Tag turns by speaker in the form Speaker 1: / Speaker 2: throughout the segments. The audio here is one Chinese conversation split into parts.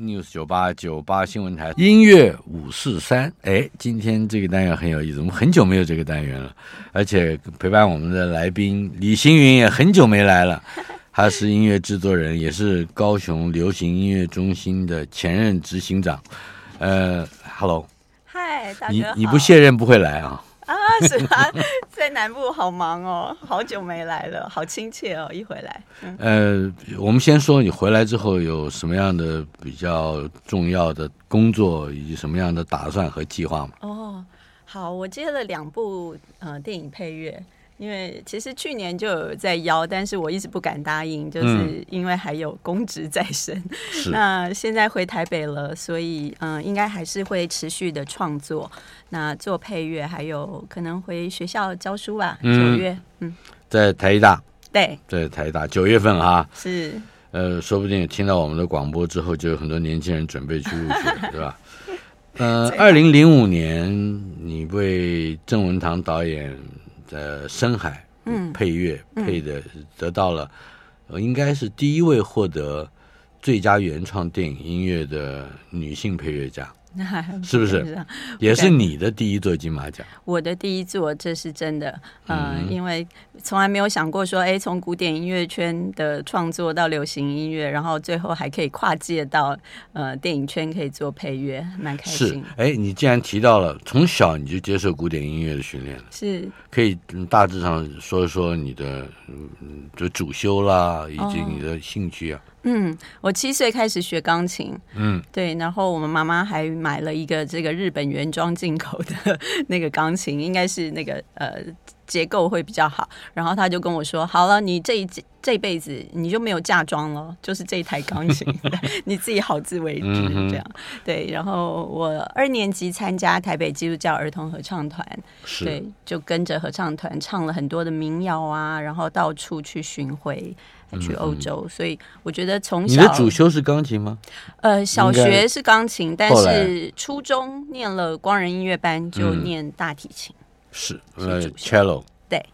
Speaker 1: News 九八九八新闻台音乐五四三，哎，今天这个单元很有意思，我们很久没有这个单元了，而且陪伴我们的来宾李星云也很久没来了，他是音乐制作人，也是高雄流行音乐中心的前任执行长。呃，Hello，
Speaker 2: 嗨，大
Speaker 1: 你
Speaker 2: 哥好
Speaker 1: 你不卸任不会来啊？
Speaker 2: 啊？ 是吧？在南部好忙哦，好久没来了，好亲切哦，一回来。嗯，
Speaker 1: 呃，我们先说你回来之后有什么样的比较重要的工作，以及什么样的打算和计划吗？
Speaker 2: 哦，好，我接了两部呃电影配乐。因为其实去年就有在邀，但是我一直不敢答应，就是因为还有公职在身。
Speaker 1: 嗯是
Speaker 2: 那现在回台北了，所以嗯、呃应该还是会持续的创作，那做配乐，还有可能回学校教书吧。九、
Speaker 1: 嗯
Speaker 2: 月，嗯，
Speaker 1: 在台艺大，
Speaker 2: 对，
Speaker 1: 在台大九月份啊，
Speaker 2: 是
Speaker 1: 呃，说不定听到我们的广播之后，就有很多年轻人准备去入学，对吧？呃，二零零五年，你为郑文堂导演的《深海》
Speaker 2: 嗯
Speaker 1: 配乐、配的得到了，呃应该是第一位获得最佳原创电影音乐的女性配乐奖，
Speaker 2: 那
Speaker 1: 是不是？也是你的第一座金马奖。
Speaker 2: 我的第一座，这是真的，嗯、因为从来没有想过说，哎，从古典音乐圈的创作到流行音乐，然后最后还可以跨界到呃电影圈，可以做配乐，蛮开
Speaker 1: 是
Speaker 2: 心。，
Speaker 1: 哎，你既然提到了，从小你就接受古典音乐的训练了。
Speaker 2: 是
Speaker 1: 可以嗯大致上说一说你的，嗯，就主修啦，以
Speaker 2: 哦
Speaker 1: 及你的兴趣啊。
Speaker 2: 嗯，我七岁开始学钢琴，
Speaker 1: 嗯，
Speaker 2: 对，然后我们妈妈还买了一个这个日本原装进口的 那个钢琴，应该是那个呃结构会比较好。然后她就跟我说：“好了，你这一这辈子你就没有嫁妆了，就是这一台钢 琴，你自己好自为之。
Speaker 1: 嗯哼
Speaker 2: 这样对。然后我二年级参加台北基督教儿童合唱团，
Speaker 1: 是
Speaker 2: 对，就跟着合唱团唱了很多的民谣啊，然后到处去巡回，还去欧洲，所以我觉得从
Speaker 1: 嗯你
Speaker 2: 小
Speaker 1: 的主修是钢琴吗？
Speaker 2: 呃小
Speaker 1: 应该
Speaker 2: 学是钢琴，但
Speaker 1: 后
Speaker 2: 是初中念了光仁音乐班，就念大提琴。
Speaker 1: 嗯是，
Speaker 2: 是
Speaker 1: 呃
Speaker 2: 主修
Speaker 1: ，cello。
Speaker 2: 对。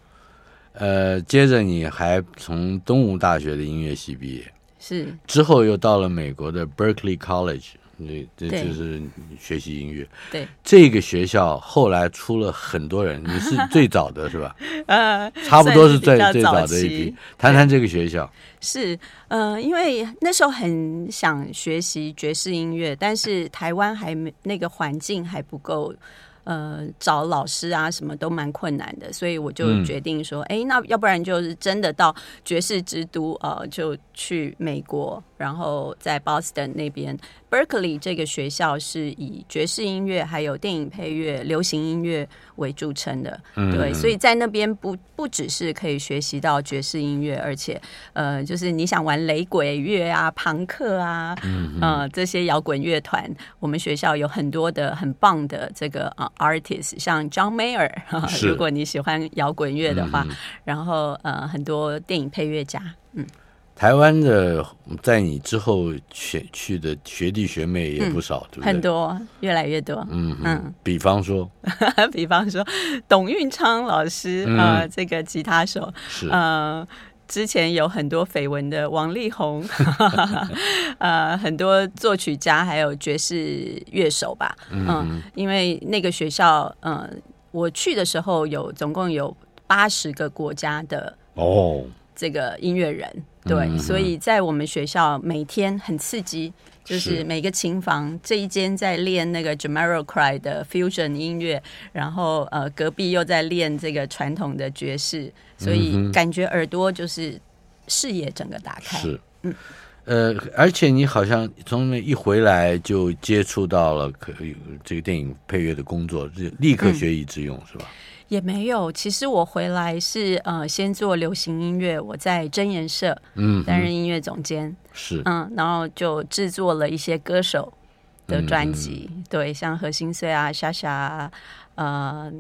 Speaker 1: 呃，接着你还从东吴大学的音乐系毕业，
Speaker 2: 是
Speaker 1: 之后又到了美国的 Berkeley College，那这
Speaker 2: 对
Speaker 1: 就是学习音乐。
Speaker 2: 对，
Speaker 1: 这个学校后来出了很多 人，你是最早的是吧？
Speaker 2: 呃，
Speaker 1: 差不多是最
Speaker 2: 算是比
Speaker 1: 最
Speaker 2: 较
Speaker 1: 早
Speaker 2: 早
Speaker 1: 的一
Speaker 2: 期
Speaker 1: 批。。谈谈这个学校，
Speaker 2: 是，呃，因为那时候很想学习爵士音乐，但是台湾还没那个环境还不够，呃，找老师啊什么都蛮困难的，所以我就
Speaker 1: 嗯
Speaker 2: 决定说，哎、那要不然就是真的到爵士之都，呃，就去美国，然后在 Boston 那边，Berkeley 这个学校是以爵士音乐、还有电影配乐、流行音乐为著称的，对，所以在那边不不只是可以学习到爵士音乐，而且呃，就是你想玩雷鬼乐啊、朋克啊，嗯、呃，这些摇滚乐团，我们学校有很多的很棒的这个啊、呃、artist，像 John Mayer，哈哈
Speaker 1: 是
Speaker 2: 如果你喜欢摇滚乐的话，然后呃，很多电影配乐家，嗯，
Speaker 1: 台湾的在你之后学去的学弟学妹也不少，对不对？
Speaker 2: 嗯很。多，越来越多，
Speaker 1: 嗯嗯
Speaker 2: 嗯，
Speaker 1: 比方说
Speaker 2: 比方说董运昌老师，
Speaker 1: 嗯
Speaker 2: 呃，这个吉他手，
Speaker 1: 是
Speaker 2: 呃，之前有很多绯闻的王力宏， 呃，很多作曲家还有爵士乐手吧，嗯、因为那个学校，嗯、我去的时候有总共有八十个国家的
Speaker 1: 哦，
Speaker 2: 这个音乐人，
Speaker 1: 嗯
Speaker 2: 对，所以在我们学校每天很刺激。就是
Speaker 1: 是
Speaker 2: 每个琴房这一间在练那个 Jamiroquai 的 fusion 音乐，然后呃隔壁又在练这个传统的爵士，所
Speaker 1: 嗯
Speaker 2: 以感觉耳朵就是视野整个打开。
Speaker 1: 是，呃，而且你好像从那一回来就接触到了可这个电影配乐的工作，这立刻学以致用、是吧？
Speaker 2: 也没有，其实我回来是呃先做流行音乐，我在真言社
Speaker 1: 嗯，
Speaker 2: 担任音乐总监，
Speaker 1: 是
Speaker 2: 嗯，然后就制作了一些歌手
Speaker 1: 嗯
Speaker 2: 的专辑，对，像何心碎啊、莎莎啊，呃，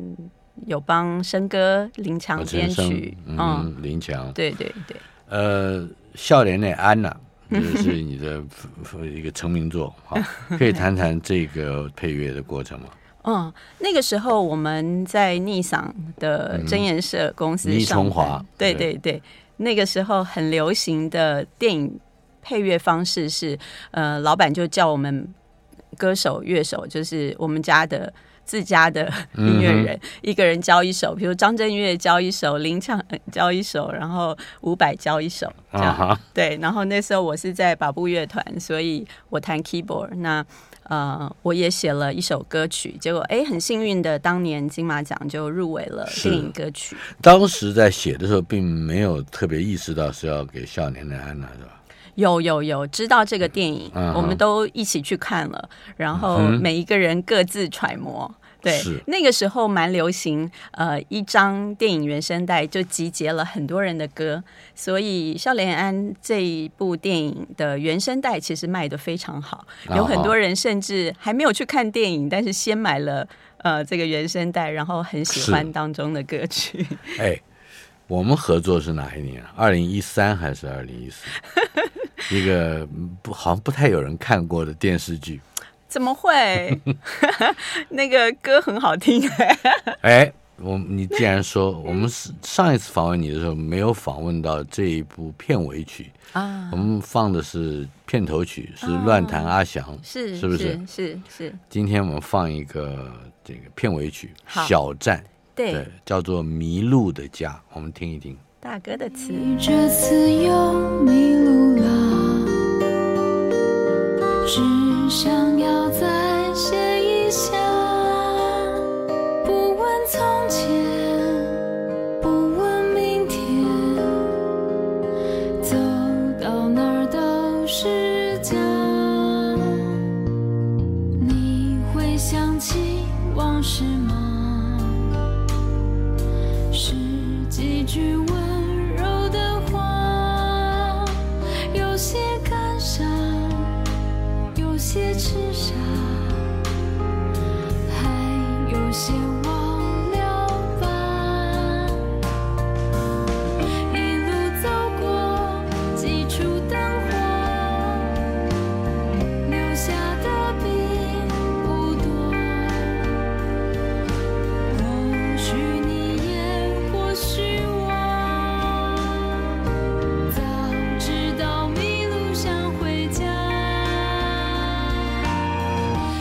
Speaker 2: 有帮生哥林强编曲，嗯，
Speaker 1: 哦啊嗯，林强，
Speaker 2: 对对对，
Speaker 1: 呃，笑脸内安 娜，这是你的呃一个成名作哈，可以谈谈这个配乐的过程 吗？
Speaker 2: 嗯，那个时候我们在逆嗓的真言社公司
Speaker 1: 嗯
Speaker 2: 上班
Speaker 1: 逆崇华
Speaker 2: 对
Speaker 1: 对
Speaker 2: 对对，那个时候很流行的电影配乐方式是，呃，老板就叫我们歌手、乐手，就是我们家的。自家的音乐人，一个人教一首，比如张震岳教一首，林强呃教一首，然后伍佰教一首，这样
Speaker 1: 啊哈，
Speaker 2: 对，然后那时候我是在把布乐团，所以我弹 keyboard 那。呃，我也写了一首歌曲，结果哎，很幸运的，当年金马奖就入围了
Speaker 1: 是
Speaker 2: 电影歌曲。
Speaker 1: 当时在写的时候，并没有特别意识到是要给笑脸内安娜，是 吧？
Speaker 2: 有有有，知道这个电影，
Speaker 1: 嗯哼嗯
Speaker 2: 我们都一起去看了，然后每一个人各自揣摩。对
Speaker 1: 是，
Speaker 2: 那个时候蛮流行，呃，一张电影原声带就集结了很多人的歌，所以《笑脸安》这一部电影的原声带其实卖的非常好，
Speaker 1: 啊
Speaker 2: 有很多人甚至还没有去看电影，但是先买了呃这个原声带，然后很喜
Speaker 1: 是
Speaker 2: 欢当中的歌曲。
Speaker 1: 哎，我们合作是哪一年？二零一三还是二零一 四？一个嗯不好像不太有人看过的电视剧，
Speaker 2: 怎么会？ 那个歌很好听、 哎。
Speaker 1: 哎，我你既然说
Speaker 2: 嗯
Speaker 1: 我们是上一次访问你的时候没有访问到这一部片尾曲
Speaker 2: 啊，
Speaker 1: 我们放的是片头曲，是乱弹阿翔，
Speaker 2: 嗯是
Speaker 1: 是不是？
Speaker 2: 是是是，
Speaker 1: 今天我们放一个这个片尾曲
Speaker 2: 好
Speaker 1: 《小站》，
Speaker 2: 对，
Speaker 1: 对，叫做《迷路的家》，我们听一听。
Speaker 2: 大哥的词。
Speaker 3: 你这次又迷路了，只想要再写一下，不问从前，不问明天，走到哪儿都是家。你会想起往事吗？是几句温柔的话，有些感伤，有些痴傻，还有些忘了吧。一路走过几处灯火，留下的并不多。或许你也，或许我，早知道迷路想回家，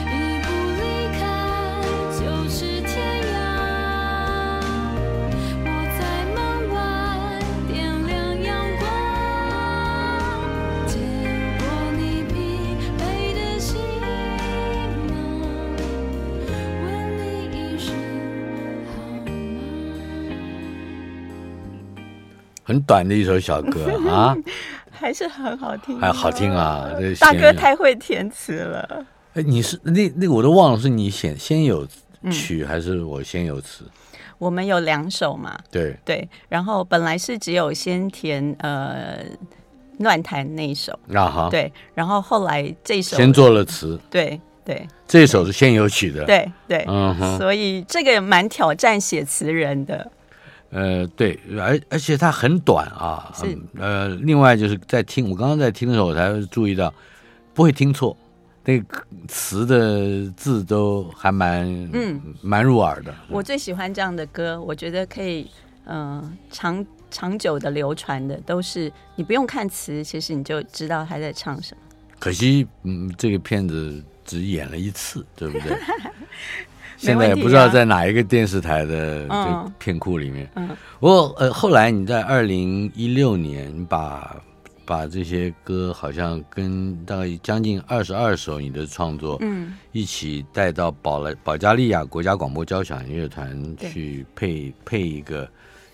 Speaker 3: 一步离开就是天涯。我在门外点亮阳光，结果你疲惫的行囊。问你一声好吗？
Speaker 1: 很短的一首小歌 啊，
Speaker 2: 还是很好听的，
Speaker 1: 还好听啊！这
Speaker 2: 大
Speaker 1: 先
Speaker 2: 哥太会填词了。
Speaker 1: 哎，你是那那个我都忘了，是你先先有
Speaker 2: 嗯
Speaker 1: 曲、还是我先有词？
Speaker 2: 我们有两首嘛，
Speaker 1: 对，
Speaker 2: 对，然后本来是只有先填呃乱弹那一首，
Speaker 1: 那、啊哈，，
Speaker 2: 对，然后后来这首
Speaker 1: 哦先，做了词，
Speaker 2: 对对
Speaker 1: 这首是先有曲的。，
Speaker 2: 对对，
Speaker 1: 嗯哼，
Speaker 2: 所以这个蛮挑战写词人的，
Speaker 1: 呃，对，而而且它很短啊，
Speaker 2: 是
Speaker 1: 嗯呃，另外就是在听，我刚刚在听的时候，我才注意到不会听错，那个词的字都还蛮
Speaker 2: 嗯
Speaker 1: 蛮入耳的。
Speaker 2: 我最喜欢这样的歌，我觉得可以，嗯、长长久的流传的都是你不用看词，其实你就知道他在唱什么。
Speaker 1: 可惜，嗯，这个片子只演了一次，对不 对？
Speaker 2: 没
Speaker 1: 现在
Speaker 2: 问题啊
Speaker 1: 也不知道在哪一个电视台的这
Speaker 2: 嗯
Speaker 1: 片库里面。
Speaker 2: 嗯
Speaker 1: 不过呃，后来你在二零一六年你把把这些歌好像跟大概将近二十二首你的创作，
Speaker 2: 嗯，
Speaker 1: 一起带到保来保加利亚国家广播交响乐团去配配一个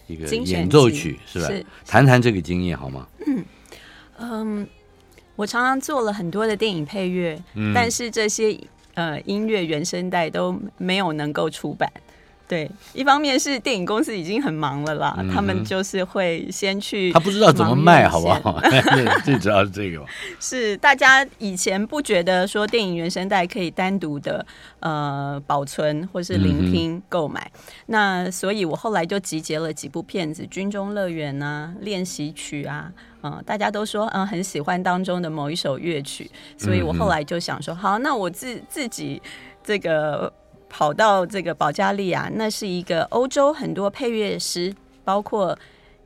Speaker 1: 一个
Speaker 2: 精选
Speaker 1: 演奏
Speaker 2: 集
Speaker 1: 曲，是吧？
Speaker 2: 是
Speaker 1: 谈谈这个经验好吗？
Speaker 2: 我常常做了很多的电影配
Speaker 1: 嗯
Speaker 2: 乐，但是这些呃音乐原声带都没有能够出版。对，一方面是电影公司已经很忙了啦，
Speaker 1: 嗯哼
Speaker 2: 他们就是会先去，
Speaker 1: 他不知道怎么卖，好不
Speaker 2: 忙于
Speaker 1: 好？对最主要是 这个 吧。
Speaker 2: 一些？是大家以前不觉得说电影原声带可以单独的呃保存或是聆听购买，那所以我后来就集结了几部片子，《军中乐园》啊，《练习曲》啊。嗯，大家都说嗯很喜欢当中的某一首乐曲，所以我后来就想说，好，那我自自己这个跑到这个保加利亚，那是一个欧洲很多配乐师，包括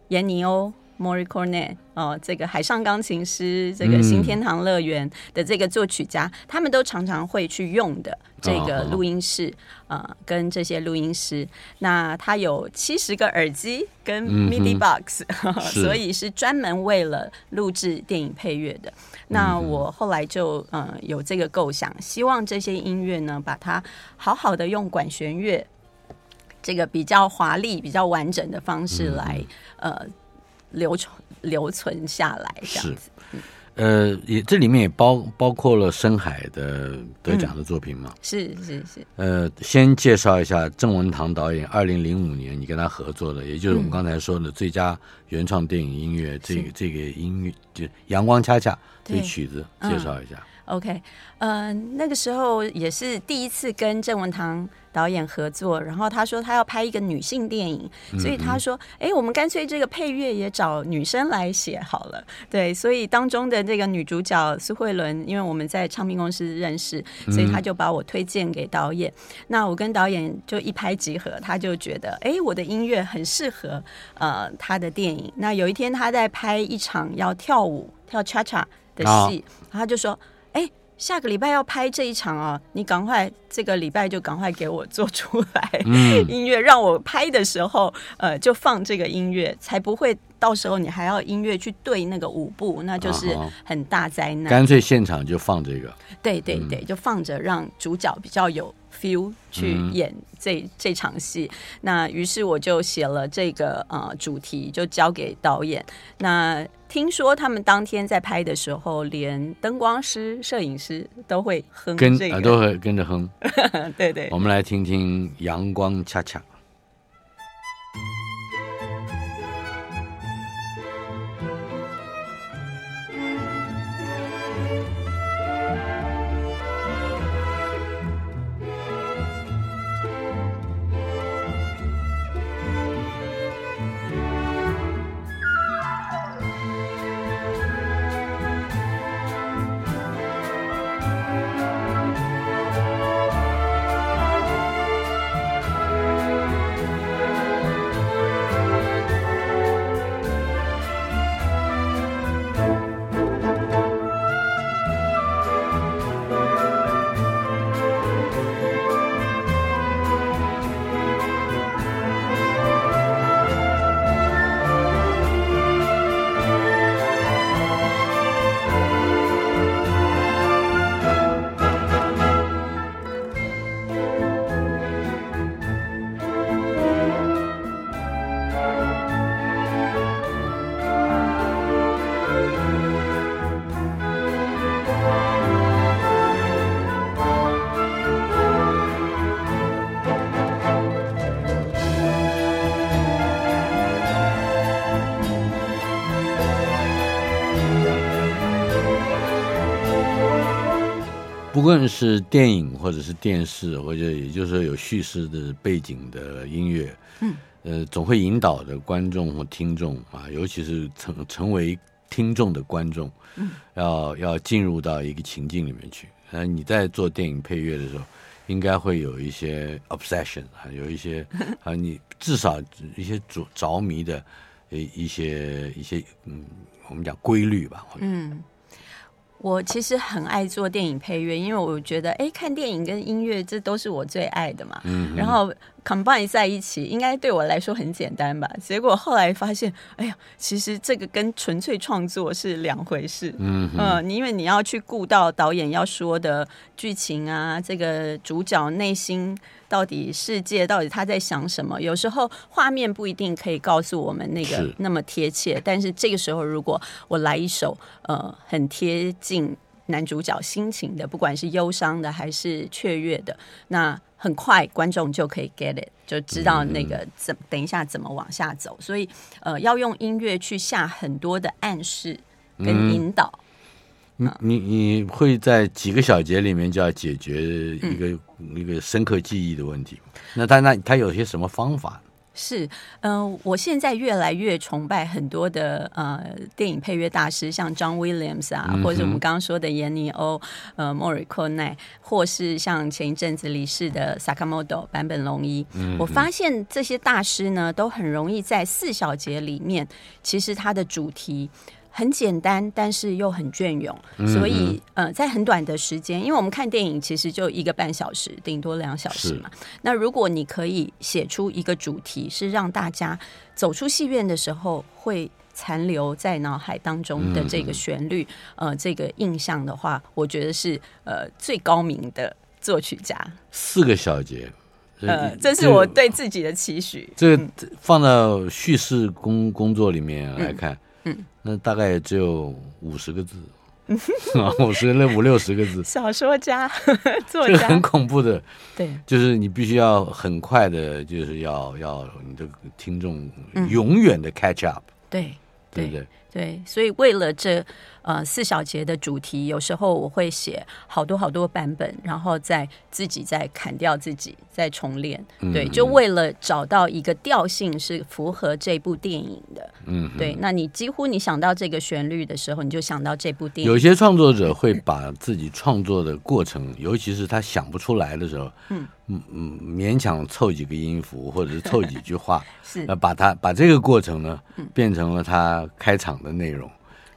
Speaker 2: 延尼欧。Morricone 哦，这个海上钢琴师，这个
Speaker 1: 嗯
Speaker 2: 新天堂乐园的这个作曲家，他们都常常会去用的这个
Speaker 1: 哦
Speaker 2: 录音室
Speaker 1: 嗯
Speaker 2: 啊、呃跟这些录音师，那它有七十个耳机跟
Speaker 1: 嗯哼
Speaker 2: MIDI box，、
Speaker 1: 是
Speaker 2: 所以是专门为了录制电影配乐的。那我后来就嗯、呃有这个构想，希望这些音乐呢，把它好好的用管弦乐这个比较华丽、比较完整的方式来、呃留存留存下来，这样子。
Speaker 1: 呃，也这里面也包包括了深海的得奖的作品嘛。
Speaker 2: 是是是，
Speaker 1: 呃，先介绍一下郑文堂导演，二零零五年你跟他合作的，也就是
Speaker 2: 嗯
Speaker 1: 我们刚才说的最佳原创电影音乐，这个这个音乐就《阳光恰恰》这
Speaker 2: 对
Speaker 1: 曲子，
Speaker 2: 嗯
Speaker 1: 介绍一下。
Speaker 2: OK，呃，那个时候也是第一次跟郑文堂导演合作，然后他说他要拍一个女性电影，所以他说，哎、我们干脆这个配乐也找女生来写好了。对，所以当中的这个女主角苏慧伦，因为我们在唱片公司认识，所以他就把我推荐给导演。那我跟导演就一拍即合，他就觉得，哎、我的音乐很适合呃他的电影。那有一天他在拍一场要跳舞跳恰恰的
Speaker 1: 啊
Speaker 2: 戏，然后他就说。哎，下个礼拜要拍这一场啊，你赶快这个礼拜就赶快给我做出来、
Speaker 1: 嗯
Speaker 2: 音乐，让我拍的时候呃就放这个音乐，才不会到时候你还要音乐去对那个舞步，那就是
Speaker 1: 啊哈
Speaker 2: 很大灾难。
Speaker 1: 干脆现场就放这个，
Speaker 2: 对对
Speaker 1: 嗯
Speaker 2: 对，就放着让主角比较有 feel 去
Speaker 1: 嗯
Speaker 2: 演这、这场戏。那于是我就写了这个呃主题，就交给导演。那听说他们当天在拍的时候，连灯光师、摄影师都会哼
Speaker 1: 跟
Speaker 2: 这个，
Speaker 1: 呃都会跟着哼。
Speaker 2: 对对
Speaker 1: 我们来听听《阳光恰恰》。不论是电影或者是电视，或者也就是说有叙事的背景的音乐，嗯，呃，总会引导着观众或听众啊，尤其是成成为听众的观众，嗯，要要进入到一个情境里面去。呃，你在做电影配乐的时候，应该会有一些 obsession 啊，有一 些啊，你至少一些着着迷的呃一些一些嗯，我们讲规律吧，
Speaker 2: 嗯，我其实很爱做电影配乐，因为我觉得，哎，看电影跟音乐这都是我最爱的嘛。
Speaker 1: 嗯
Speaker 2: 然后 combine 在一起，应该对我来说很简单吧？结果后来发现，哎呀，其实这个跟纯粹创作是两回事。
Speaker 1: 嗯哼
Speaker 2: 呃，你因为你要去顾到导演要说的剧情啊，这个主角内心到底世界到底他在想什么，有时候画面不一定可以告诉我们那个
Speaker 1: 是
Speaker 2: 那么贴切，但是这个时候如果我来一首呃很贴近男主角心情的，不管是忧伤的还是雀跃的，那很快观众就可以 get it，就知道那
Speaker 1: 嗯
Speaker 2: 个怎等一下怎么往下走。所以呃，要用音乐去下很多的暗示跟
Speaker 1: 嗯
Speaker 2: 引导。
Speaker 1: 你你你会在几个小节里面就要解决一
Speaker 2: 嗯
Speaker 1: 个、一个深刻记忆的问题。那他那他有些什么方法？
Speaker 2: 是，嗯、我现在越来越崇拜很多的呃电影配乐大师，像 John Williams 啊，或者我们刚刚说的延尼欧、呃莫里科奈，或是像前一阵子离世的 Sakamoto 坂本龙一。我发现这些大师呢，都很容易在四小节里面，其实它的主题。很简单，但是又很隽永，所以呃，在很短的时间，因为我们看电影其实就一个半小时，顶多两小时
Speaker 1: 是
Speaker 2: 嘛。那如果你可以写出一个主题，是让大家走出戏院的时候会残留在脑海当中的
Speaker 1: 嗯
Speaker 2: 这个旋律，呃，这个印象的话，我觉得是呃最高明的作曲家。
Speaker 1: 四个小节，嗯
Speaker 2: 呃，这是我对自己的期许。
Speaker 1: 这个放到叙事工工作里面来看，嗯，那大概也只有五十 个字，五十那五六十个 字，
Speaker 2: 小说家、 作
Speaker 1: 这个很
Speaker 2: 家，
Speaker 1: 恐怖的，
Speaker 2: 对，
Speaker 1: 就是你必须要很快的，就是要要你的听众永远的 catch up，、
Speaker 2: 对，
Speaker 1: 对嗯不对？
Speaker 2: 对，所以为了这呃四小节的主题，有时候我会写好多好多版本，然后再自己再砍掉自己，再重练。
Speaker 1: 嗯
Speaker 2: 对，就为了找到一个调性是符合这部电影的。嗯，对，那你几乎你想到这个旋律的时候，你就想到这部电
Speaker 1: 有
Speaker 2: 影。
Speaker 1: 些创作者会把自己创作的过程，尤其是他想不出来的时候，嗯嗯嗯，勉强凑几个音符或者是凑几句话，
Speaker 2: 是
Speaker 1: 呃，把它把这个过程呢，
Speaker 2: 嗯
Speaker 1: 变成了他开场的内容，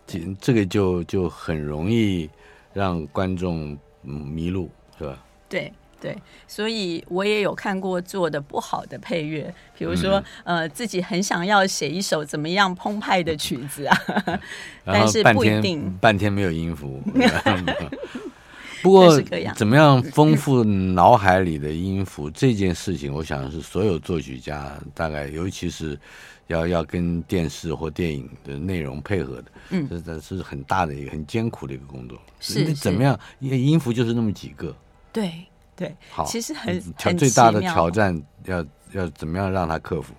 Speaker 1: 这这个就就很容易让观众嗯迷路，是吧？
Speaker 2: 对对，所以我也有看过做的不好的配乐，比如说、
Speaker 1: 嗯
Speaker 2: 呃自己很想要写一首怎么样澎湃的曲子啊，
Speaker 1: 嗯 然
Speaker 2: 但
Speaker 1: 后
Speaker 2: 是
Speaker 1: 半
Speaker 2: 不一定
Speaker 1: 天半天没有音 符。不过
Speaker 2: 各式各样嗯
Speaker 1: 怎么样丰富脑海里的音符这件事情，我想是所有作曲家大概，尤其是要要跟电视或电影的内容配合的，嗯，这这是很大的一个很艰苦的一个工作。
Speaker 2: 是
Speaker 1: 你
Speaker 2: 是
Speaker 1: 怎么样？因为音符就是那么几个，
Speaker 2: 对对
Speaker 1: 好，嗯
Speaker 2: 其实很
Speaker 1: 挑
Speaker 2: 很
Speaker 1: 最大
Speaker 2: 奇
Speaker 1: 的
Speaker 2: 妙
Speaker 1: 挑战要要怎么样让它克服？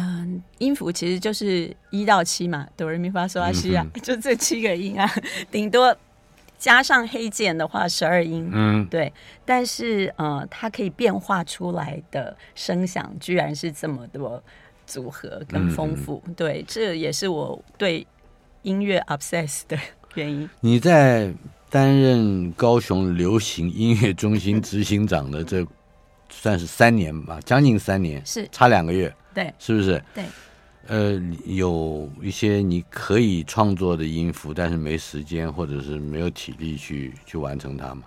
Speaker 2: 嗯，音符其实就是一到七嘛，哆来咪发嗦拉西
Speaker 1: 嗯
Speaker 2: 啊， 就这七个音啊， 顶多加上黑键的话十二音，
Speaker 1: 嗯，
Speaker 2: 对。但是呃，它可以变化出来的声响居然是这么多组合跟丰富，
Speaker 1: 嗯
Speaker 2: 对，这也是我对音乐 obsess 的原因。
Speaker 1: 你在担任高雄流行音乐中心执行长的这算是三年吧，将近三年，
Speaker 2: 是
Speaker 1: 差两个月，
Speaker 2: 对
Speaker 1: 是不是？
Speaker 2: 对，
Speaker 1: 呃，有一些你可以创作的音符，但是没时间或者是没有体力去去完成它嘛？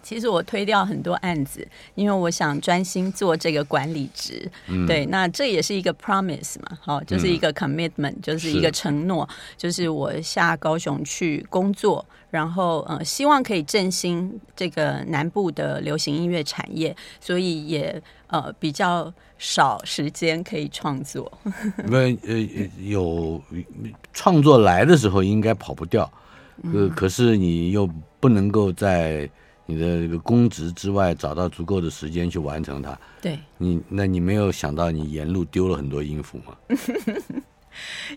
Speaker 2: 其实我推掉很多案子，因为我想专心做这个管理职。对，那这也是一个 promise 嘛，好、就是一个 commitment，、就是一个承诺，就是我下高雄去工作，然后呃，希望可以振兴这个南部的流行音乐产业，所以也呃比较少时间可以创作。
Speaker 1: 那呃有创作来的时候应该跑不掉，
Speaker 2: 嗯
Speaker 1: 呃，可是你又不能够在你的这个公职之外找到足够的时间去完成它，
Speaker 2: 对，
Speaker 1: 你那你没有想到你沿路丢了很多音符吗？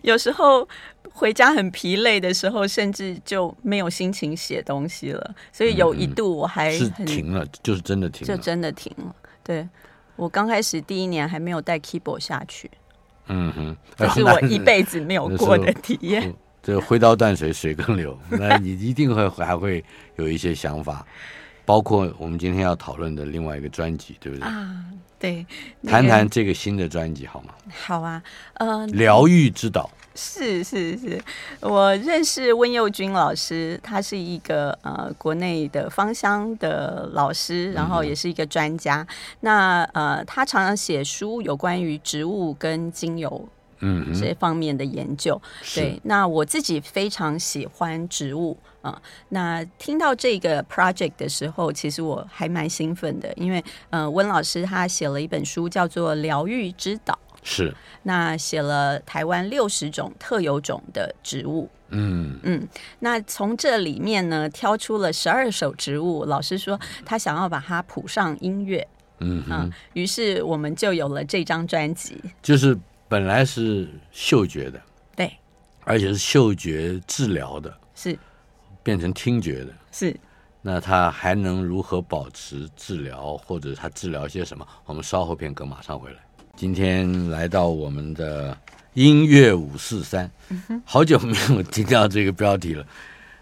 Speaker 2: 有时候回家很疲累的时候，甚至就没有心情写东西了，所以有一度我还
Speaker 1: 是
Speaker 2: 哎很
Speaker 1: 停了，就是真的停
Speaker 2: 就
Speaker 1: 了。
Speaker 2: 真的停了。对我刚开始第一年还没有带 keyboard 下去，
Speaker 1: 嗯哼，
Speaker 2: 这是
Speaker 1: 哎
Speaker 2: 我一。辈子没有过的体
Speaker 1: 那
Speaker 2: 验。
Speaker 1: 是这挥刀断水，水更 流。那你一定会还会有一些想法，包括我们今天要讨论的另外一个专辑，对不对？
Speaker 2: 啊对，
Speaker 1: 嗯
Speaker 2: 那
Speaker 1: 谈
Speaker 2: 个
Speaker 1: 谈这个新的专辑好吗？
Speaker 2: 好啊，嗯、
Speaker 1: 疗愈之岛，
Speaker 2: 是是是，我认识温佑军老师，他是一个呃国内的芳香的老师，然
Speaker 1: 嗯
Speaker 2: 后也是一个专家。那呃，他常常写书有关于植物跟精油
Speaker 1: 嗯哼，
Speaker 2: 这方面的研究。对，那我自己非常喜欢植物啊、那听到这个 project 的时候，其实我还蛮兴奋的，因为呃，温老师他写了一本书叫做《疗愈之岛》，
Speaker 1: 是，
Speaker 2: 那写了台湾六十种特有种的植物。
Speaker 1: 嗯，
Speaker 2: 嗯，那从这里面呢，挑出了十二首植物。老师说他想要把它谱上音乐，
Speaker 1: 嗯哼，
Speaker 2: 嗯，于是我们就有了这张专辑。
Speaker 1: 就是本来是嗅觉的，
Speaker 2: 对，
Speaker 1: 而且是嗅觉治疗的，
Speaker 2: 是
Speaker 1: 变成听觉的，
Speaker 2: 是，
Speaker 1: 那它还能如何保持治疗，或者它治疗些什么？我们稍后片刻马上回来。今天来到我们的音乐五四三，好久没有听到这个标题了。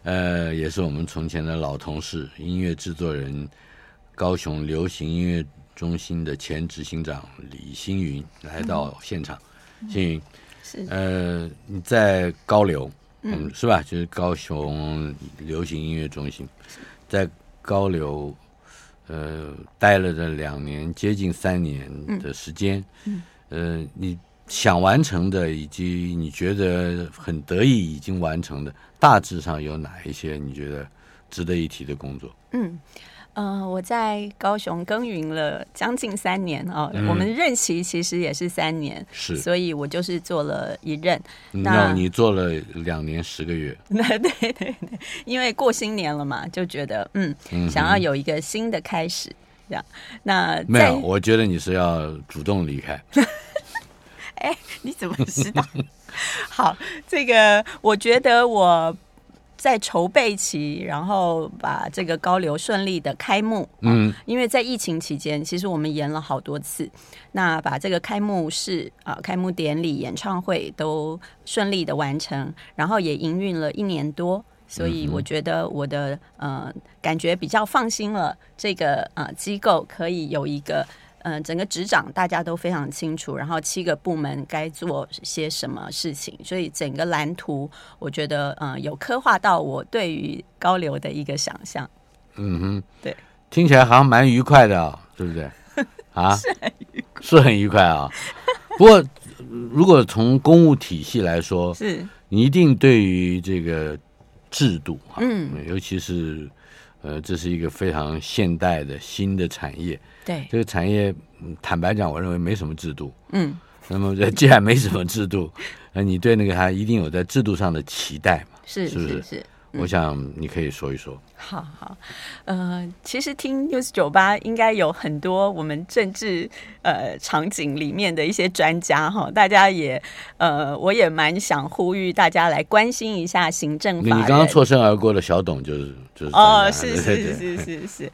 Speaker 1: 呃，也是我们从前的老同事，音乐制作人，高雄流行音乐中心的前执行长李星云来到现场。星云，
Speaker 2: 是
Speaker 1: 呃，你在高流，嗯，是吧？就是高雄流行音乐中心，在高流，呃，待了这两年，接近三年的时间，嗯，呃，你想完成的，以及你觉得很得意已经完成的，大致上有哪一些你觉得值得一提的工作？
Speaker 2: 嗯。呃，我在高雄耕耘了将近三年哦，我们任期其实也是三年，
Speaker 1: 嗯是
Speaker 2: 所以我就是做了一任。
Speaker 1: 那
Speaker 2: 那
Speaker 1: 你做了两年十个月，
Speaker 2: 那对对对，因为过新年了嘛，就觉得嗯，想要有一个新的开始，这样。那
Speaker 1: 没
Speaker 2: 在
Speaker 1: 有？我觉得你是要主动离 开。
Speaker 2: 哎， 你怎么知道？ 好，这个我觉得我在筹备期，然后把这个高流顺利的开幕。啊
Speaker 1: 嗯，
Speaker 2: 因为在疫情期间，其实我们延了好多次，那把这个开幕式啊、开幕典礼、演唱会都顺利的完成，然后也营运了一年多。所以我觉得我的呃感觉比较放心了，这个呃机构可以有一个嗯，整个执掌大家都非常清楚，然后七个部门该做些什么事情，所以整个蓝图，我觉得嗯、呃有刻画到我对于高流的一个想象。
Speaker 1: 嗯哼，
Speaker 2: 对，
Speaker 1: 听起来好像蛮愉快的、啊，对不 对？啊，是很愉快，啊。不过，呃如果从公务体系来说，
Speaker 2: 是
Speaker 1: 你一定对于这个制度啊，
Speaker 2: 嗯，
Speaker 1: 尤其是呃，这是一个非常现代的新的产业。
Speaker 2: 对，
Speaker 1: 这个产业，嗯坦白讲，我认为没什么制度。
Speaker 2: 嗯，
Speaker 1: 那么，既然没什么制度， 那你对那个还一定有在制度上的期待嘛？
Speaker 2: 是
Speaker 1: 是不是
Speaker 2: 是是，
Speaker 1: 我想你可以说一说。
Speaker 2: 好好，呃，其实听 News 酒吧应该有很多我们政治呃场景里面的一些专家哈，大家也呃，我也蛮想呼吁大家来关心一下行政
Speaker 1: 你
Speaker 2: 法
Speaker 1: 你刚刚
Speaker 2: 人
Speaker 1: 错身而过的小董就是就是
Speaker 2: 哦，
Speaker 1: 专
Speaker 2: 是
Speaker 1: 家
Speaker 2: 是
Speaker 1: 对对对
Speaker 2: 是是是，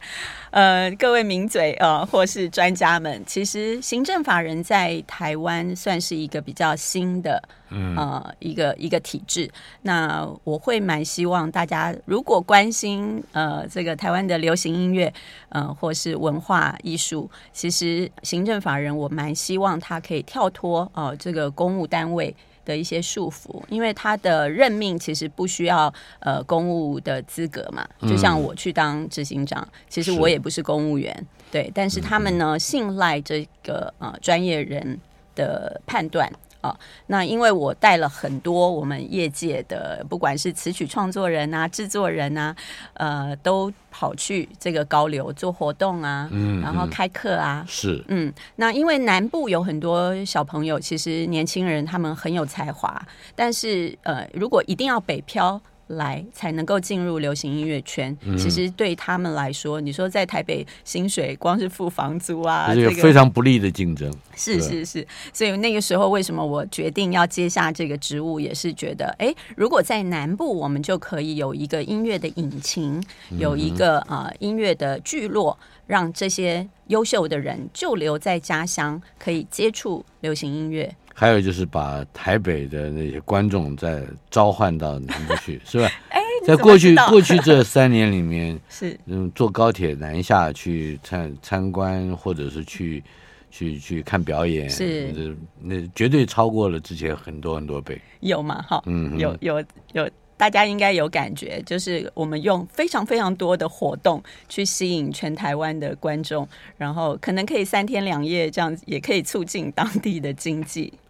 Speaker 2: 呃，各位名嘴呃，或是专家们，其实行政法人在台湾算是一个比较新的，嗯、呃，一个一个体制。那我会蛮希望大家，如果关心呃这个台湾的流行音乐，呃，或是文化艺术，其实行政法人我蛮希望他可以跳脱呃这个公务单位。的一些束缚，因为他的任命其实不需要呃公务的资格嘛，就像我去当执行长，其实我也不是公务员，对，但是他们呢信赖这个呃专业人的判断。啊、那因为我带了很多我们业界的，不管是词曲创作人啊、制作人啊，呃，都跑去这个高流做活动啊，然后开课啊，
Speaker 1: 是，
Speaker 2: 嗯，那因为南部有很多小朋友，其实年轻人他们很有才华，但是呃，如果一定要北漂来才能够进入流行音乐圈，
Speaker 1: 嗯
Speaker 2: 其实对他们来说，你说在台北薪水光是付房租啊，
Speaker 1: 这是一
Speaker 2: 这
Speaker 1: 个
Speaker 2: 个
Speaker 1: 非常不利的竞争。
Speaker 2: 是
Speaker 1: 对
Speaker 2: 是是，所以那个时候为什么我决定要接下这个职务，也是觉得，哎，如果在南部，我们就可以有一个音乐的引擎，有一个呃音乐的聚落，让这些优秀的人就留在家乡，可以接触流行音乐。
Speaker 1: 还有就是把台北的那些观众再召唤到南部 去，是吧？
Speaker 2: 哎，
Speaker 1: 在过去过去这三年里面，
Speaker 2: 是
Speaker 1: 嗯，坐高铁南下去参参观，或者是去去去看表演，
Speaker 2: 是
Speaker 1: 嗯那绝对超过了之前很多很多倍。
Speaker 2: 有嘛？哈，
Speaker 1: 嗯哼
Speaker 2: 有有有，大家应该有感觉，就是我们用非常非常多的活动去吸引全台湾的观众，然后可能可以三天两夜这样，也可以促进当地的经济。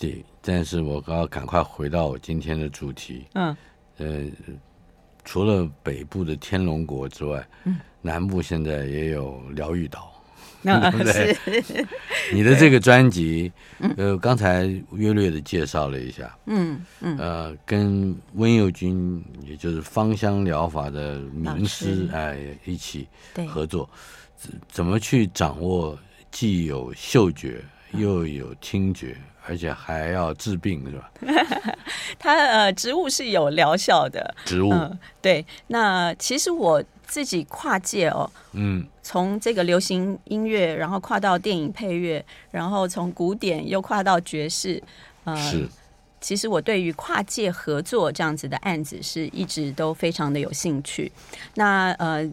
Speaker 1: 对，但是我要赶快回到我今天的主题，
Speaker 2: 嗯，
Speaker 1: 呃，除了北部的天龙国之外，
Speaker 2: 嗯
Speaker 1: 南部现在也有疗愈岛。
Speaker 2: 那
Speaker 1: 对不对
Speaker 2: 是
Speaker 1: 你的这个专辑，呃，刚才约略的介绍了一下，
Speaker 2: 嗯嗯，
Speaker 1: 呃，跟温佑君，也就是芳香疗法的名师
Speaker 2: 老师
Speaker 1: 哎一起
Speaker 2: 对
Speaker 1: 合作，怎么去掌握既有嗅觉
Speaker 2: 嗯
Speaker 1: 又有听觉，而且还要治病是
Speaker 2: 嗯
Speaker 1: 吧？
Speaker 2: 它呃，植物是有疗效的。
Speaker 1: 植物，
Speaker 2: 嗯，对。那其实我自己跨界哦，
Speaker 1: 嗯，
Speaker 2: 从这个流行音乐，然后跨到电影配乐，然后从古典又跨到爵士，呃，
Speaker 1: 是
Speaker 2: 其实我对于跨界合作这样子的案子是一直都非常的有兴趣。那呃。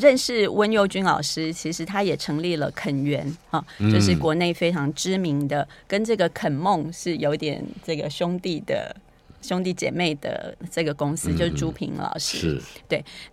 Speaker 2: 认识温佑军老师，其实他也成立了肯园啊，就是国内非常知名的，跟这个肯梦是有点这个兄弟的兄弟姐妹的这个公司，就是朱平老师。
Speaker 1: 是，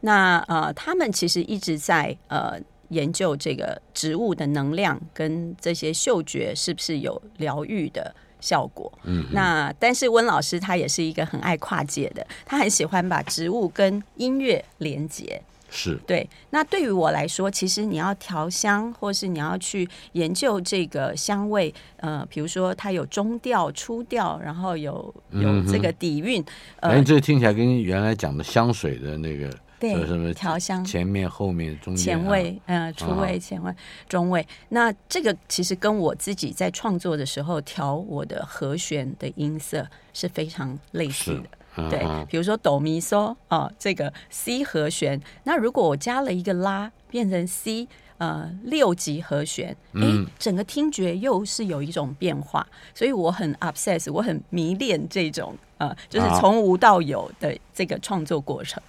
Speaker 2: 那呃，他们其实一直在呃研究这个植物的能量跟这些嗅觉是不是有疗愈的。效果，嗯，那但是温老师他也是一个很爱跨界的，他很喜欢把植物跟音乐连接。
Speaker 1: 是
Speaker 2: 对，那对于我来说，其实你要调香，或是你要去研究这个香味，呃，比如说它有中调、初调，然后有
Speaker 1: 嗯
Speaker 2: 有这个底蕴，
Speaker 1: 哎，
Speaker 2: 呃，
Speaker 1: 这个听起来跟原来讲的香水的那个
Speaker 2: 对
Speaker 1: 说什么
Speaker 2: 调香
Speaker 1: 前面、后面、中间、
Speaker 2: 前
Speaker 1: 啊，
Speaker 2: 卫，呃，初
Speaker 1: 啊
Speaker 2: 位、前卫、中位。那这个其实跟我自己在创作的时候调我的和弦的音色是非常类似
Speaker 1: 是
Speaker 2: 的。
Speaker 1: 嗯
Speaker 2: 对，
Speaker 1: 嗯
Speaker 2: 比如说哆咪嗦啊，这个 C 和弦，那如果我加了一个拉，变成 C。呃，六级和弦，诶，
Speaker 1: 嗯
Speaker 2: 整个听觉又是有一种变化，所以我很 obsess，我很迷恋这种呃，就是
Speaker 1: 啊
Speaker 2: 从无到有的这个创作过程。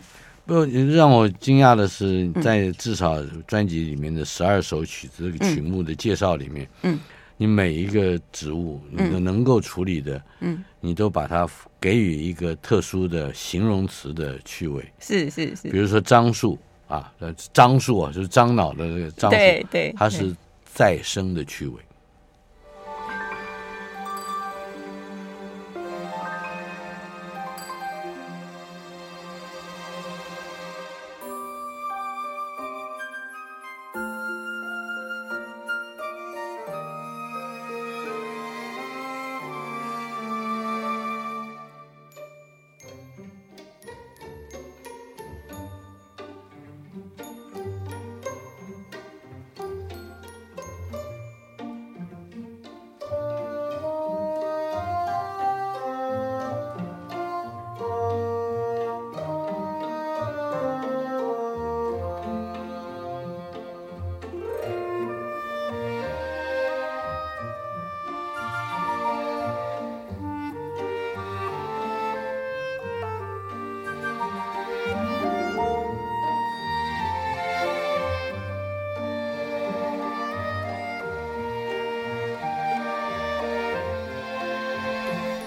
Speaker 1: 不，让我惊讶的是，
Speaker 2: 嗯
Speaker 1: 在至少专辑里面的十二首曲子这个曲目的介绍里面，
Speaker 2: 嗯，
Speaker 1: 你每一个植物，你都能够处理的，
Speaker 2: 嗯，
Speaker 1: 你都把它给予一个特殊的形容词的趣味，
Speaker 2: 是是
Speaker 1: 比
Speaker 2: 是，
Speaker 1: 如说樟树啊，呃，樟树啊，就是樟脑的这个樟
Speaker 2: 对
Speaker 1: 树，
Speaker 2: 对，
Speaker 1: 它
Speaker 2: 对
Speaker 1: 是再生的趣味。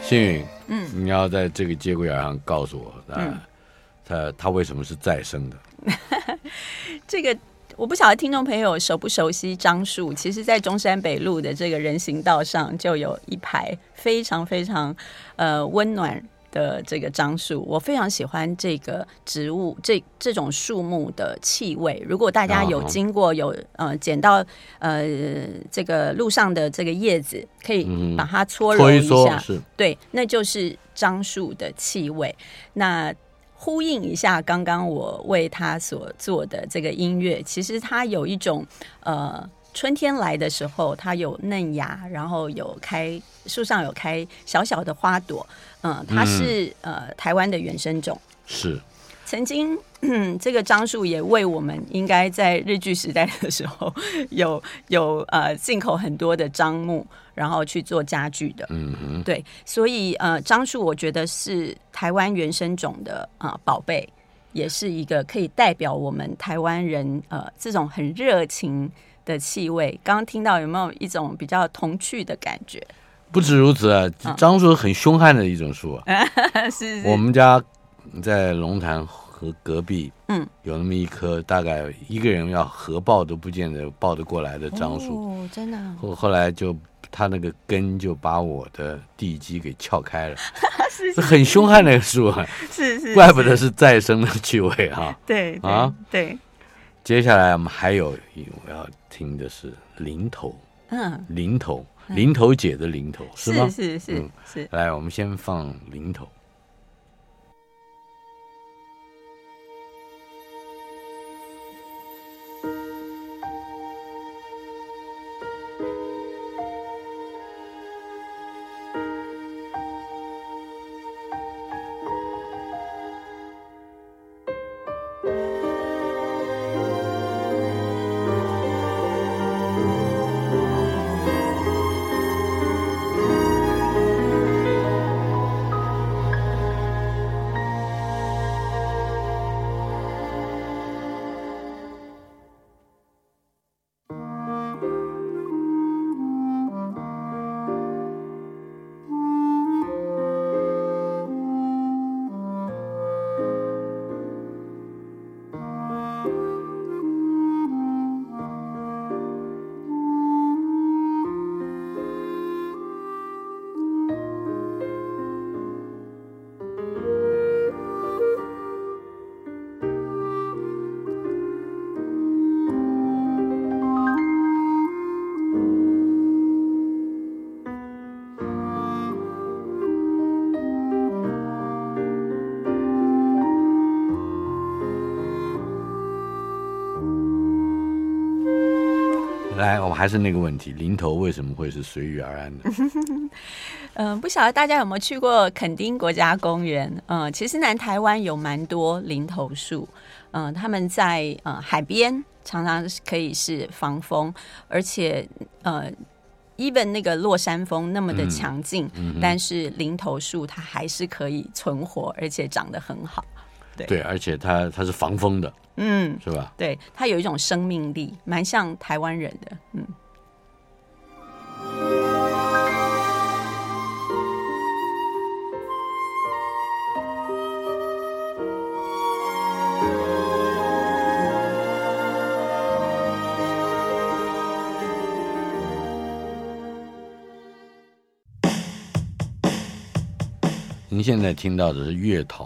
Speaker 1: 幸运，嗯，你要在这个节骨眼上告诉我，
Speaker 2: 嗯
Speaker 1: 啊，它它为什么是再生的？
Speaker 2: 这个我不晓得听众朋友熟不熟悉樟树，其实，在中山北路的这个人行道上就有一排非常非常呃温暖的这个樟树，我非常喜欢这个植物这这种树木的气味。如果大家有
Speaker 1: 哦
Speaker 2: 经过有呃捡到呃这个路上的这个叶子，可以把它搓揉
Speaker 1: 嗯搓一
Speaker 2: 下，
Speaker 1: 搓是
Speaker 2: 对，那就是樟树的气味。那呼应一下刚刚我为他所做的这个音乐，其实它有一种呃，春天来的时候，它有嫩芽，然后有开树上有开小小的花朵，嗯、它是、呃台湾的原生种。
Speaker 1: 是
Speaker 2: 曾经，嗯，这个樟树也为我们应该在日据时代的时候有 有呃进口很多的樟木，然后去做家具的。
Speaker 1: 嗯哼，
Speaker 2: 对，所以呃，樟树我觉得是台湾原生种的啊、呃宝贝，也是一个可以代表我们台湾人呃这种很热情的气味。刚刚听到有没有一种比较童趣的感觉？
Speaker 1: 不止如此啊，樟树很凶悍的一种树啊。
Speaker 2: 嗯 是
Speaker 1: 我们家在龙潭和隔壁，
Speaker 2: 嗯，
Speaker 1: 有那么一棵大概一个人要合抱都不见得抱得过来的樟树，
Speaker 2: 哦，真 的啊、
Speaker 1: 后后来就它那个根就把我的地基给撬开了，
Speaker 2: 是
Speaker 1: 是很凶悍的树啊，
Speaker 2: 是是，
Speaker 1: 怪不得是再生的趣味啊。
Speaker 2: 对对、
Speaker 1: 啊
Speaker 2: 对，
Speaker 1: 接下来我们还有一我要听的是零头，
Speaker 2: 嗯，
Speaker 1: 零头，零头姐的零头是吗
Speaker 2: 是？是是、
Speaker 1: 嗯
Speaker 2: 是，
Speaker 1: 来，我们先放零头。
Speaker 4: 我
Speaker 1: 我还是那个问题，零头为什么会是随遇而 安的？
Speaker 2: 嗯，不晓得大家有没有去过垦丁国家公园？嗯，其实南台湾有蛮多林头树，嗯，他们在呃海边常常是可以是防风，而且呃，even 那个落山风那么
Speaker 1: 嗯
Speaker 2: 的强劲，但是林头树它还是可以存活，而且长得很好。
Speaker 1: 对，而且它它是防风的，
Speaker 2: 嗯，
Speaker 1: 是吧？
Speaker 2: 对，它有一种生命力，蛮像台湾人的。嗯，
Speaker 1: 您现在听到的是《月桃》，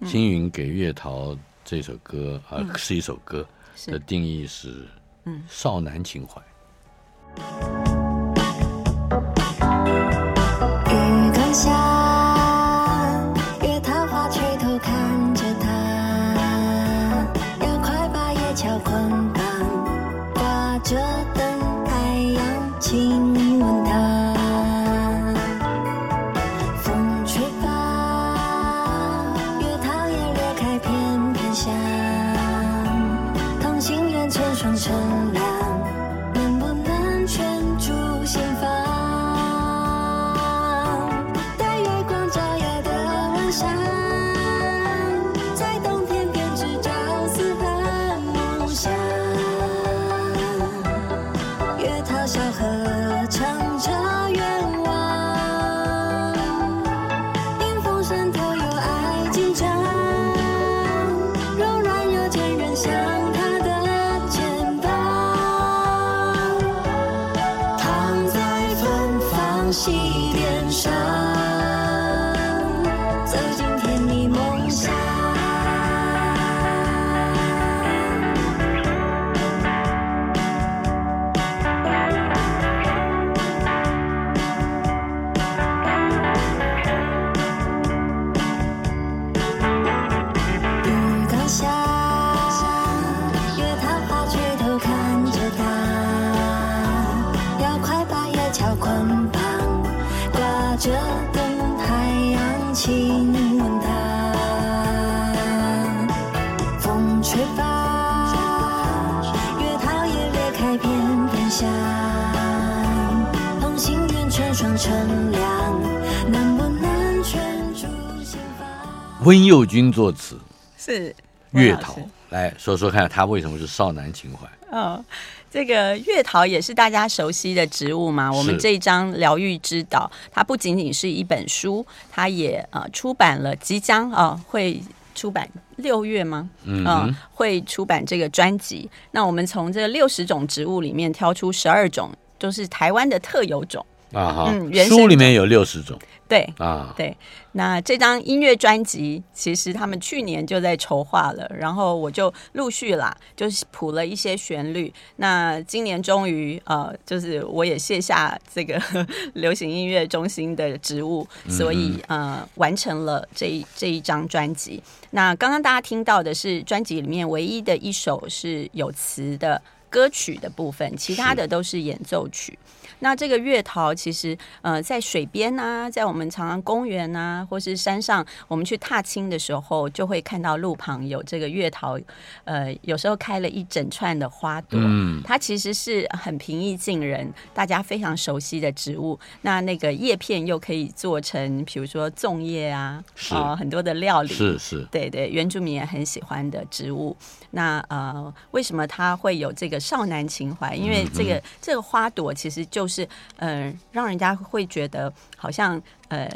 Speaker 2: 嗯
Speaker 1: 星云给《月桃》这首歌啊、是一首歌的
Speaker 2: 是
Speaker 1: 定义是，嗯，少男情怀。
Speaker 3: 雨伞下，野桃花垂头看着它，要快把叶鞘捆绑，挂着等太阳亲吻它。风吹吧，月桃叶裂开片片香，同心圆成双成两，能不能圈住心房？带月光照耀的晚上，在冬天编织朝思和梦想。月桃小河唱着愿望，迎风渗透有爱进场，柔软又坚韧像它的肩膀，躺在芬芳西边上，走进甜蜜梦乡。雨刚下，月桃花垂头看着它，要快把叶鞘捆绑，挂着等太阳亲吻它。风吹吧，月桃叶裂开片片香，同心圆成双成两，能不能圈住心房？
Speaker 1: 温佑君作词，
Speaker 2: 是
Speaker 1: 《月
Speaker 2: 温老
Speaker 1: 桃
Speaker 2: 师》
Speaker 1: 来说说看，它为什么是少男情怀？
Speaker 2: 哦，这个月桃也是大家熟悉的植物嘛。我们
Speaker 1: 是
Speaker 2: 这一张《疗愈之岛》，它不仅仅是一本书，它也呃出版了，即将啊、呃会出版六月吗？嗯、会出版这个专辑。那我们从这六十种植物里面挑出十二种，就是台湾的特有种。
Speaker 1: 啊哈，
Speaker 2: 嗯原生
Speaker 1: 书里面有六十种
Speaker 2: 对，
Speaker 1: 啊，
Speaker 2: 对，那这张音乐专辑其实他们去年就在筹划了，然后我就陆续啦，就是谱了一些旋律。那今年终于呃，就是我也卸下这个 流行音乐中心的职务，所以呃，完成了这一这一张专辑。那刚刚大家听到的是专辑里面唯一的一首是有词的歌曲的部分，其他的都是演奏曲。那这个月桃其实呃，在水边啊，在我们长安公园啊，或是山上，我们去踏青的时候，就会看到路旁有这个月桃，呃，有时候开了一整串的花朵。
Speaker 1: 嗯，
Speaker 2: 它其实是很平易近人，大家非常熟悉的植物。那那个叶片又可以做成，比如说粽叶啊，
Speaker 1: 是
Speaker 2: 啊，很多的料理。
Speaker 1: 是是，
Speaker 2: 对对，原住民也很喜欢的植物。那呃，为什么它会有这个少男情怀？因
Speaker 1: 嗯
Speaker 2: 为这个、这个花朵其实就是呃，让人家会觉得好像呃，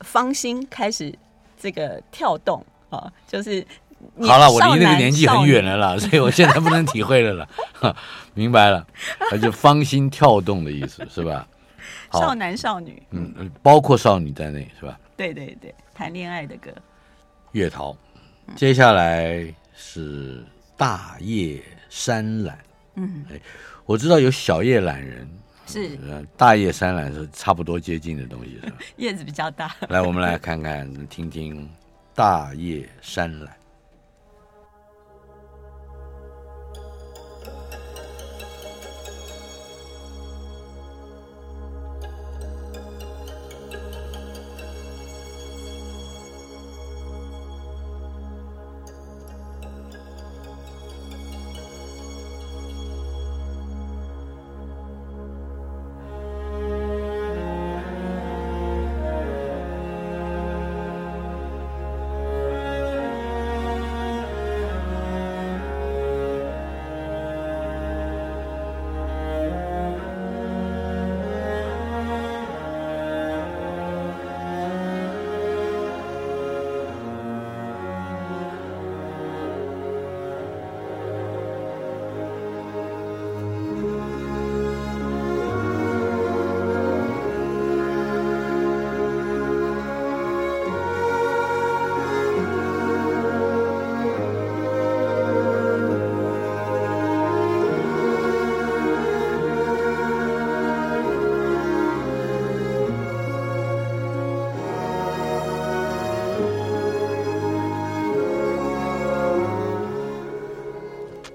Speaker 2: 芳心开始这个跳动啊、哦就是年。
Speaker 1: 好了，我离
Speaker 2: 少
Speaker 1: 那个
Speaker 2: 男
Speaker 1: 年纪
Speaker 2: 少
Speaker 1: 很
Speaker 2: 女
Speaker 1: 远了 啦，所以我现在不能体会了啦， 哈明白了，那就芳心跳动的意思是吧？好
Speaker 2: 少，男少女，
Speaker 1: 嗯，包括少女在内是吧？
Speaker 2: 对对对，谈恋爱的歌。
Speaker 1: 月桃，
Speaker 2: 嗯
Speaker 1: 接下来是大叶山榄，
Speaker 2: 嗯，
Speaker 1: 我知道有小叶懒人，
Speaker 2: 是
Speaker 1: 呃大叶山榄是差不多接近的东西是吧？
Speaker 2: 叶子比较大，
Speaker 1: 来，我们来看看听听大叶山榄。
Speaker 3: 月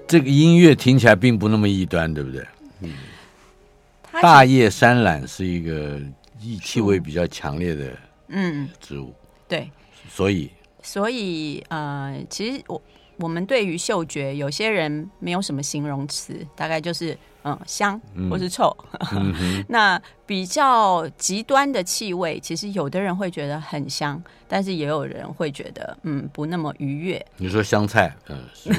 Speaker 1: 这个音乐听起来并不那么异端，对不对？
Speaker 2: 它
Speaker 1: 大叶山榄是一个异气味比较强烈的
Speaker 2: 嗯，
Speaker 1: 植物，
Speaker 2: 对，
Speaker 1: 所以
Speaker 2: 所以呃，其实我我们对于嗅觉，有些人没有什么形容词，大概就是嗯香或是臭。 那比较极端的气味，其实有的人会觉得很香，但是也有人会觉得嗯不那么愉悦。
Speaker 1: 你说香菜，嗯，是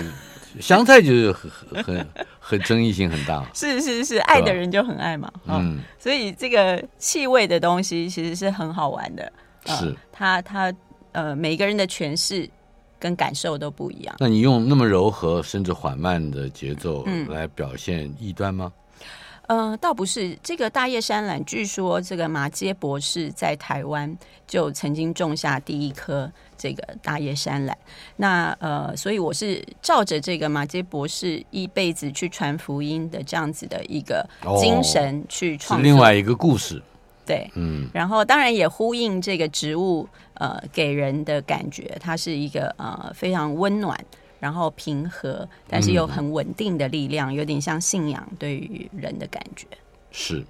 Speaker 1: 香菜就是很很很很争议性很大，
Speaker 2: 是是是，爱的人就很爱嘛。啊嗯，
Speaker 1: 嗯，
Speaker 2: 所以这个气味的东西其实是很好玩的。呃
Speaker 1: 是。
Speaker 2: 它它呃每个人的诠释跟感受都不一样。
Speaker 1: 那你用那么柔和甚至缓慢的节奏
Speaker 2: 嗯
Speaker 1: 来表现异端吗？
Speaker 2: 呃，倒不是这个大叶山榄，据说这个马街博士在台湾就曾经种下第一颗这个大叶山榄。那呃，所以我是照着这个马街博士一辈子去传福音的这样子的一个
Speaker 1: 哦
Speaker 2: 精神
Speaker 1: 是
Speaker 2: 去创作，
Speaker 1: 另外一个故事，
Speaker 2: 对。
Speaker 1: 嗯，
Speaker 2: 然后，当然也呼应这个植物，呃，给人的感觉，它是一个呃非常温暖，然后平和，但是
Speaker 1: 嗯
Speaker 2: 又很稳定的力量，有点像信仰对于人的感觉。
Speaker 1: 是，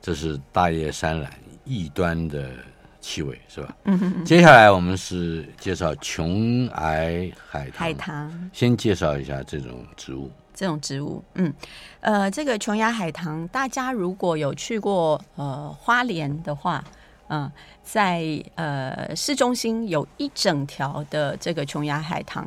Speaker 1: 这是大叶山榄异端的气味，是吧？嗯接下来我们是介绍琼崖海棠，
Speaker 2: 海棠
Speaker 1: 先介绍一下这种植物，
Speaker 2: 这种植物，嗯，呃，这个琼崖海棠，大家如果有去过呃花莲的话，嗯、在呃市中心有一整条的这个琼崖海棠，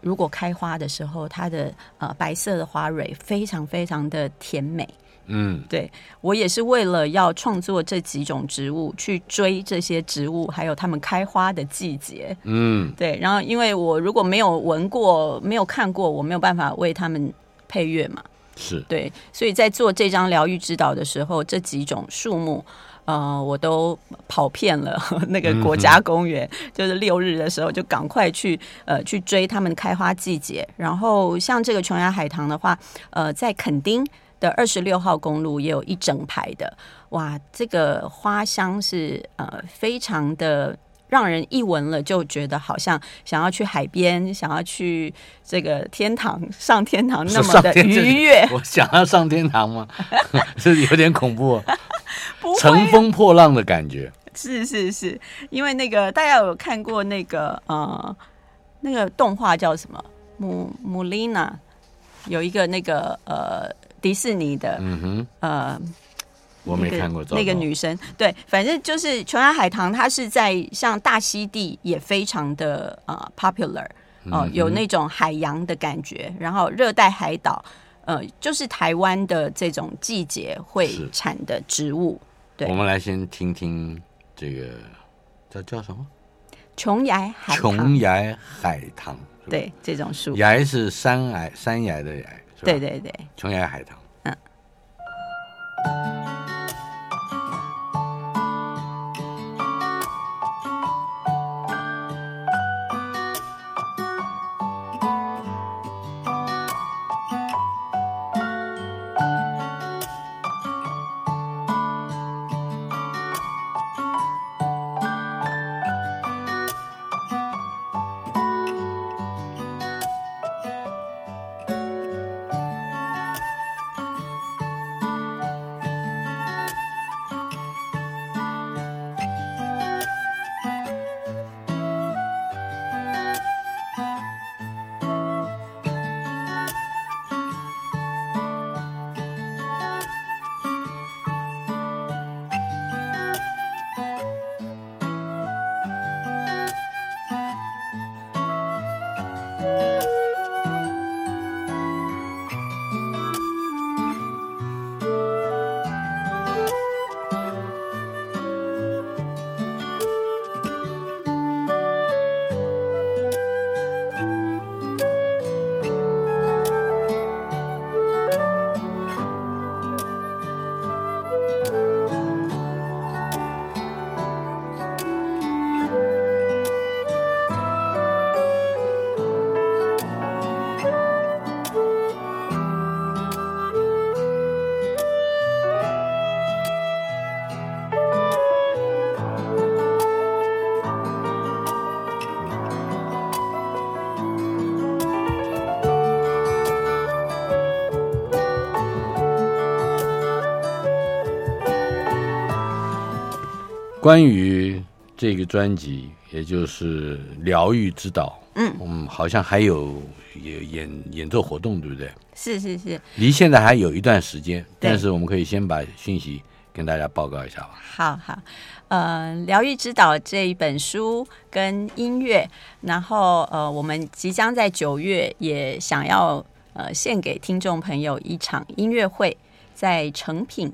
Speaker 2: 如果开花的时候，它的呃白色的花蕊非常非常的甜美。
Speaker 1: 嗯，
Speaker 2: 对我也是为了要创作这几种植物，去追这些植物，还有它们开花的季节。
Speaker 1: 嗯，
Speaker 2: 对，然后因为我如果没有闻过、没有看过，我没有办法为他们配乐嘛。
Speaker 1: 是
Speaker 2: 对，所以在做这张疗愈指导的时候，这几种树木，呃，我都跑遍了 那
Speaker 1: 嗯
Speaker 2: 个国家公园，就是六日的时候就赶快去呃去追它们开花季节。然后像这个琼崖海棠的话，呃，在垦丁。的二十六号公路也有一整排的，哇，这个花香是呃非常的让人一闻了就觉得好像想要去海边，想要去这个天堂上天堂那么
Speaker 1: 上
Speaker 2: 的
Speaker 1: 天这
Speaker 2: 愉悦。
Speaker 1: 我想要上天堂 吗？这有点恐怖、哦，
Speaker 2: 不会啊
Speaker 1: 乘风破浪的感觉。
Speaker 2: 是是是，因为那个大家有看过那个呃那个动画叫什么《姆姆丽娜》，有一个那个呃迪士尼的、
Speaker 1: 嗯哼，
Speaker 2: 呃
Speaker 1: 我没看过，糟糕
Speaker 2: 那个女生，对，反正就是琼崖海棠，它是在像大溪地也非常的呃 popular
Speaker 1: 嗯
Speaker 2: 哦、有那种海洋的感觉，然后热带海岛，呃，就是台湾的这种季节会
Speaker 1: 是
Speaker 2: 产的植物，对
Speaker 1: 我们来先听听这个叫叫什么？
Speaker 2: 琼崖海棠
Speaker 1: 琼，崖海棠。是吧，
Speaker 2: 对，这种树。
Speaker 1: 崖是山崖，山崖的崖，是吧？
Speaker 2: 对，对对，
Speaker 1: 琼崖海棠。关于这个专辑，也就是疗愈之岛，
Speaker 2: 嗯
Speaker 1: 嗯，好像还有也演演奏活动，对不对？
Speaker 2: 是是是，
Speaker 1: 离现在还有一段时间，
Speaker 2: 对
Speaker 1: 但是我们可以先把讯息跟大家报告一下吧。
Speaker 2: 好好，呃，《疗愈之岛》这一本书跟音乐，然后呃，我们即将在九月也想要呃献给听众朋友一场音乐会，在成品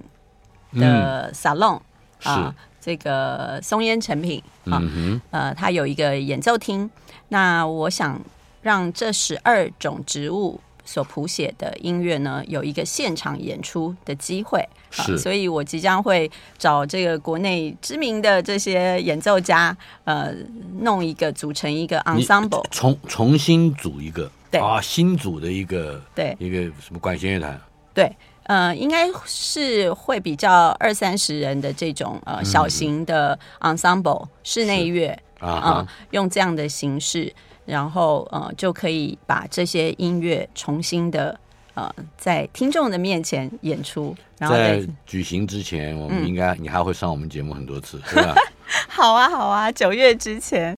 Speaker 2: 的 salon 啊、
Speaker 1: 嗯是
Speaker 2: 这个松烟成品啊、
Speaker 1: 嗯哼，
Speaker 2: 呃，它有一个演奏厅。那我想让这十二种植物所谱写的音乐呢，有一个现场演出的机会。啊
Speaker 1: 是
Speaker 2: 所以我即将会找这个国内知名的这些演奏家，呃，弄一个组成一个
Speaker 1: 你
Speaker 2: ensemble。
Speaker 1: 重重新组一个，
Speaker 2: 对
Speaker 1: 啊，新组的一个，
Speaker 2: 对
Speaker 1: 一个什么管弦乐团，
Speaker 2: 对，呃，应该是会比较二三十人的这种
Speaker 1: 嗯
Speaker 2: 呃小型的 ensemble、室内乐
Speaker 1: 啊
Speaker 2: 呃
Speaker 1: 哈
Speaker 2: 用这样的形式，然后呃就可以把这些音乐重新的呃在听众的面前演出，然后再
Speaker 1: 在举行之前，我们
Speaker 2: 嗯
Speaker 1: 应该、你还会上我们节目很多次，对吧？
Speaker 2: 好啊好啊，九月之前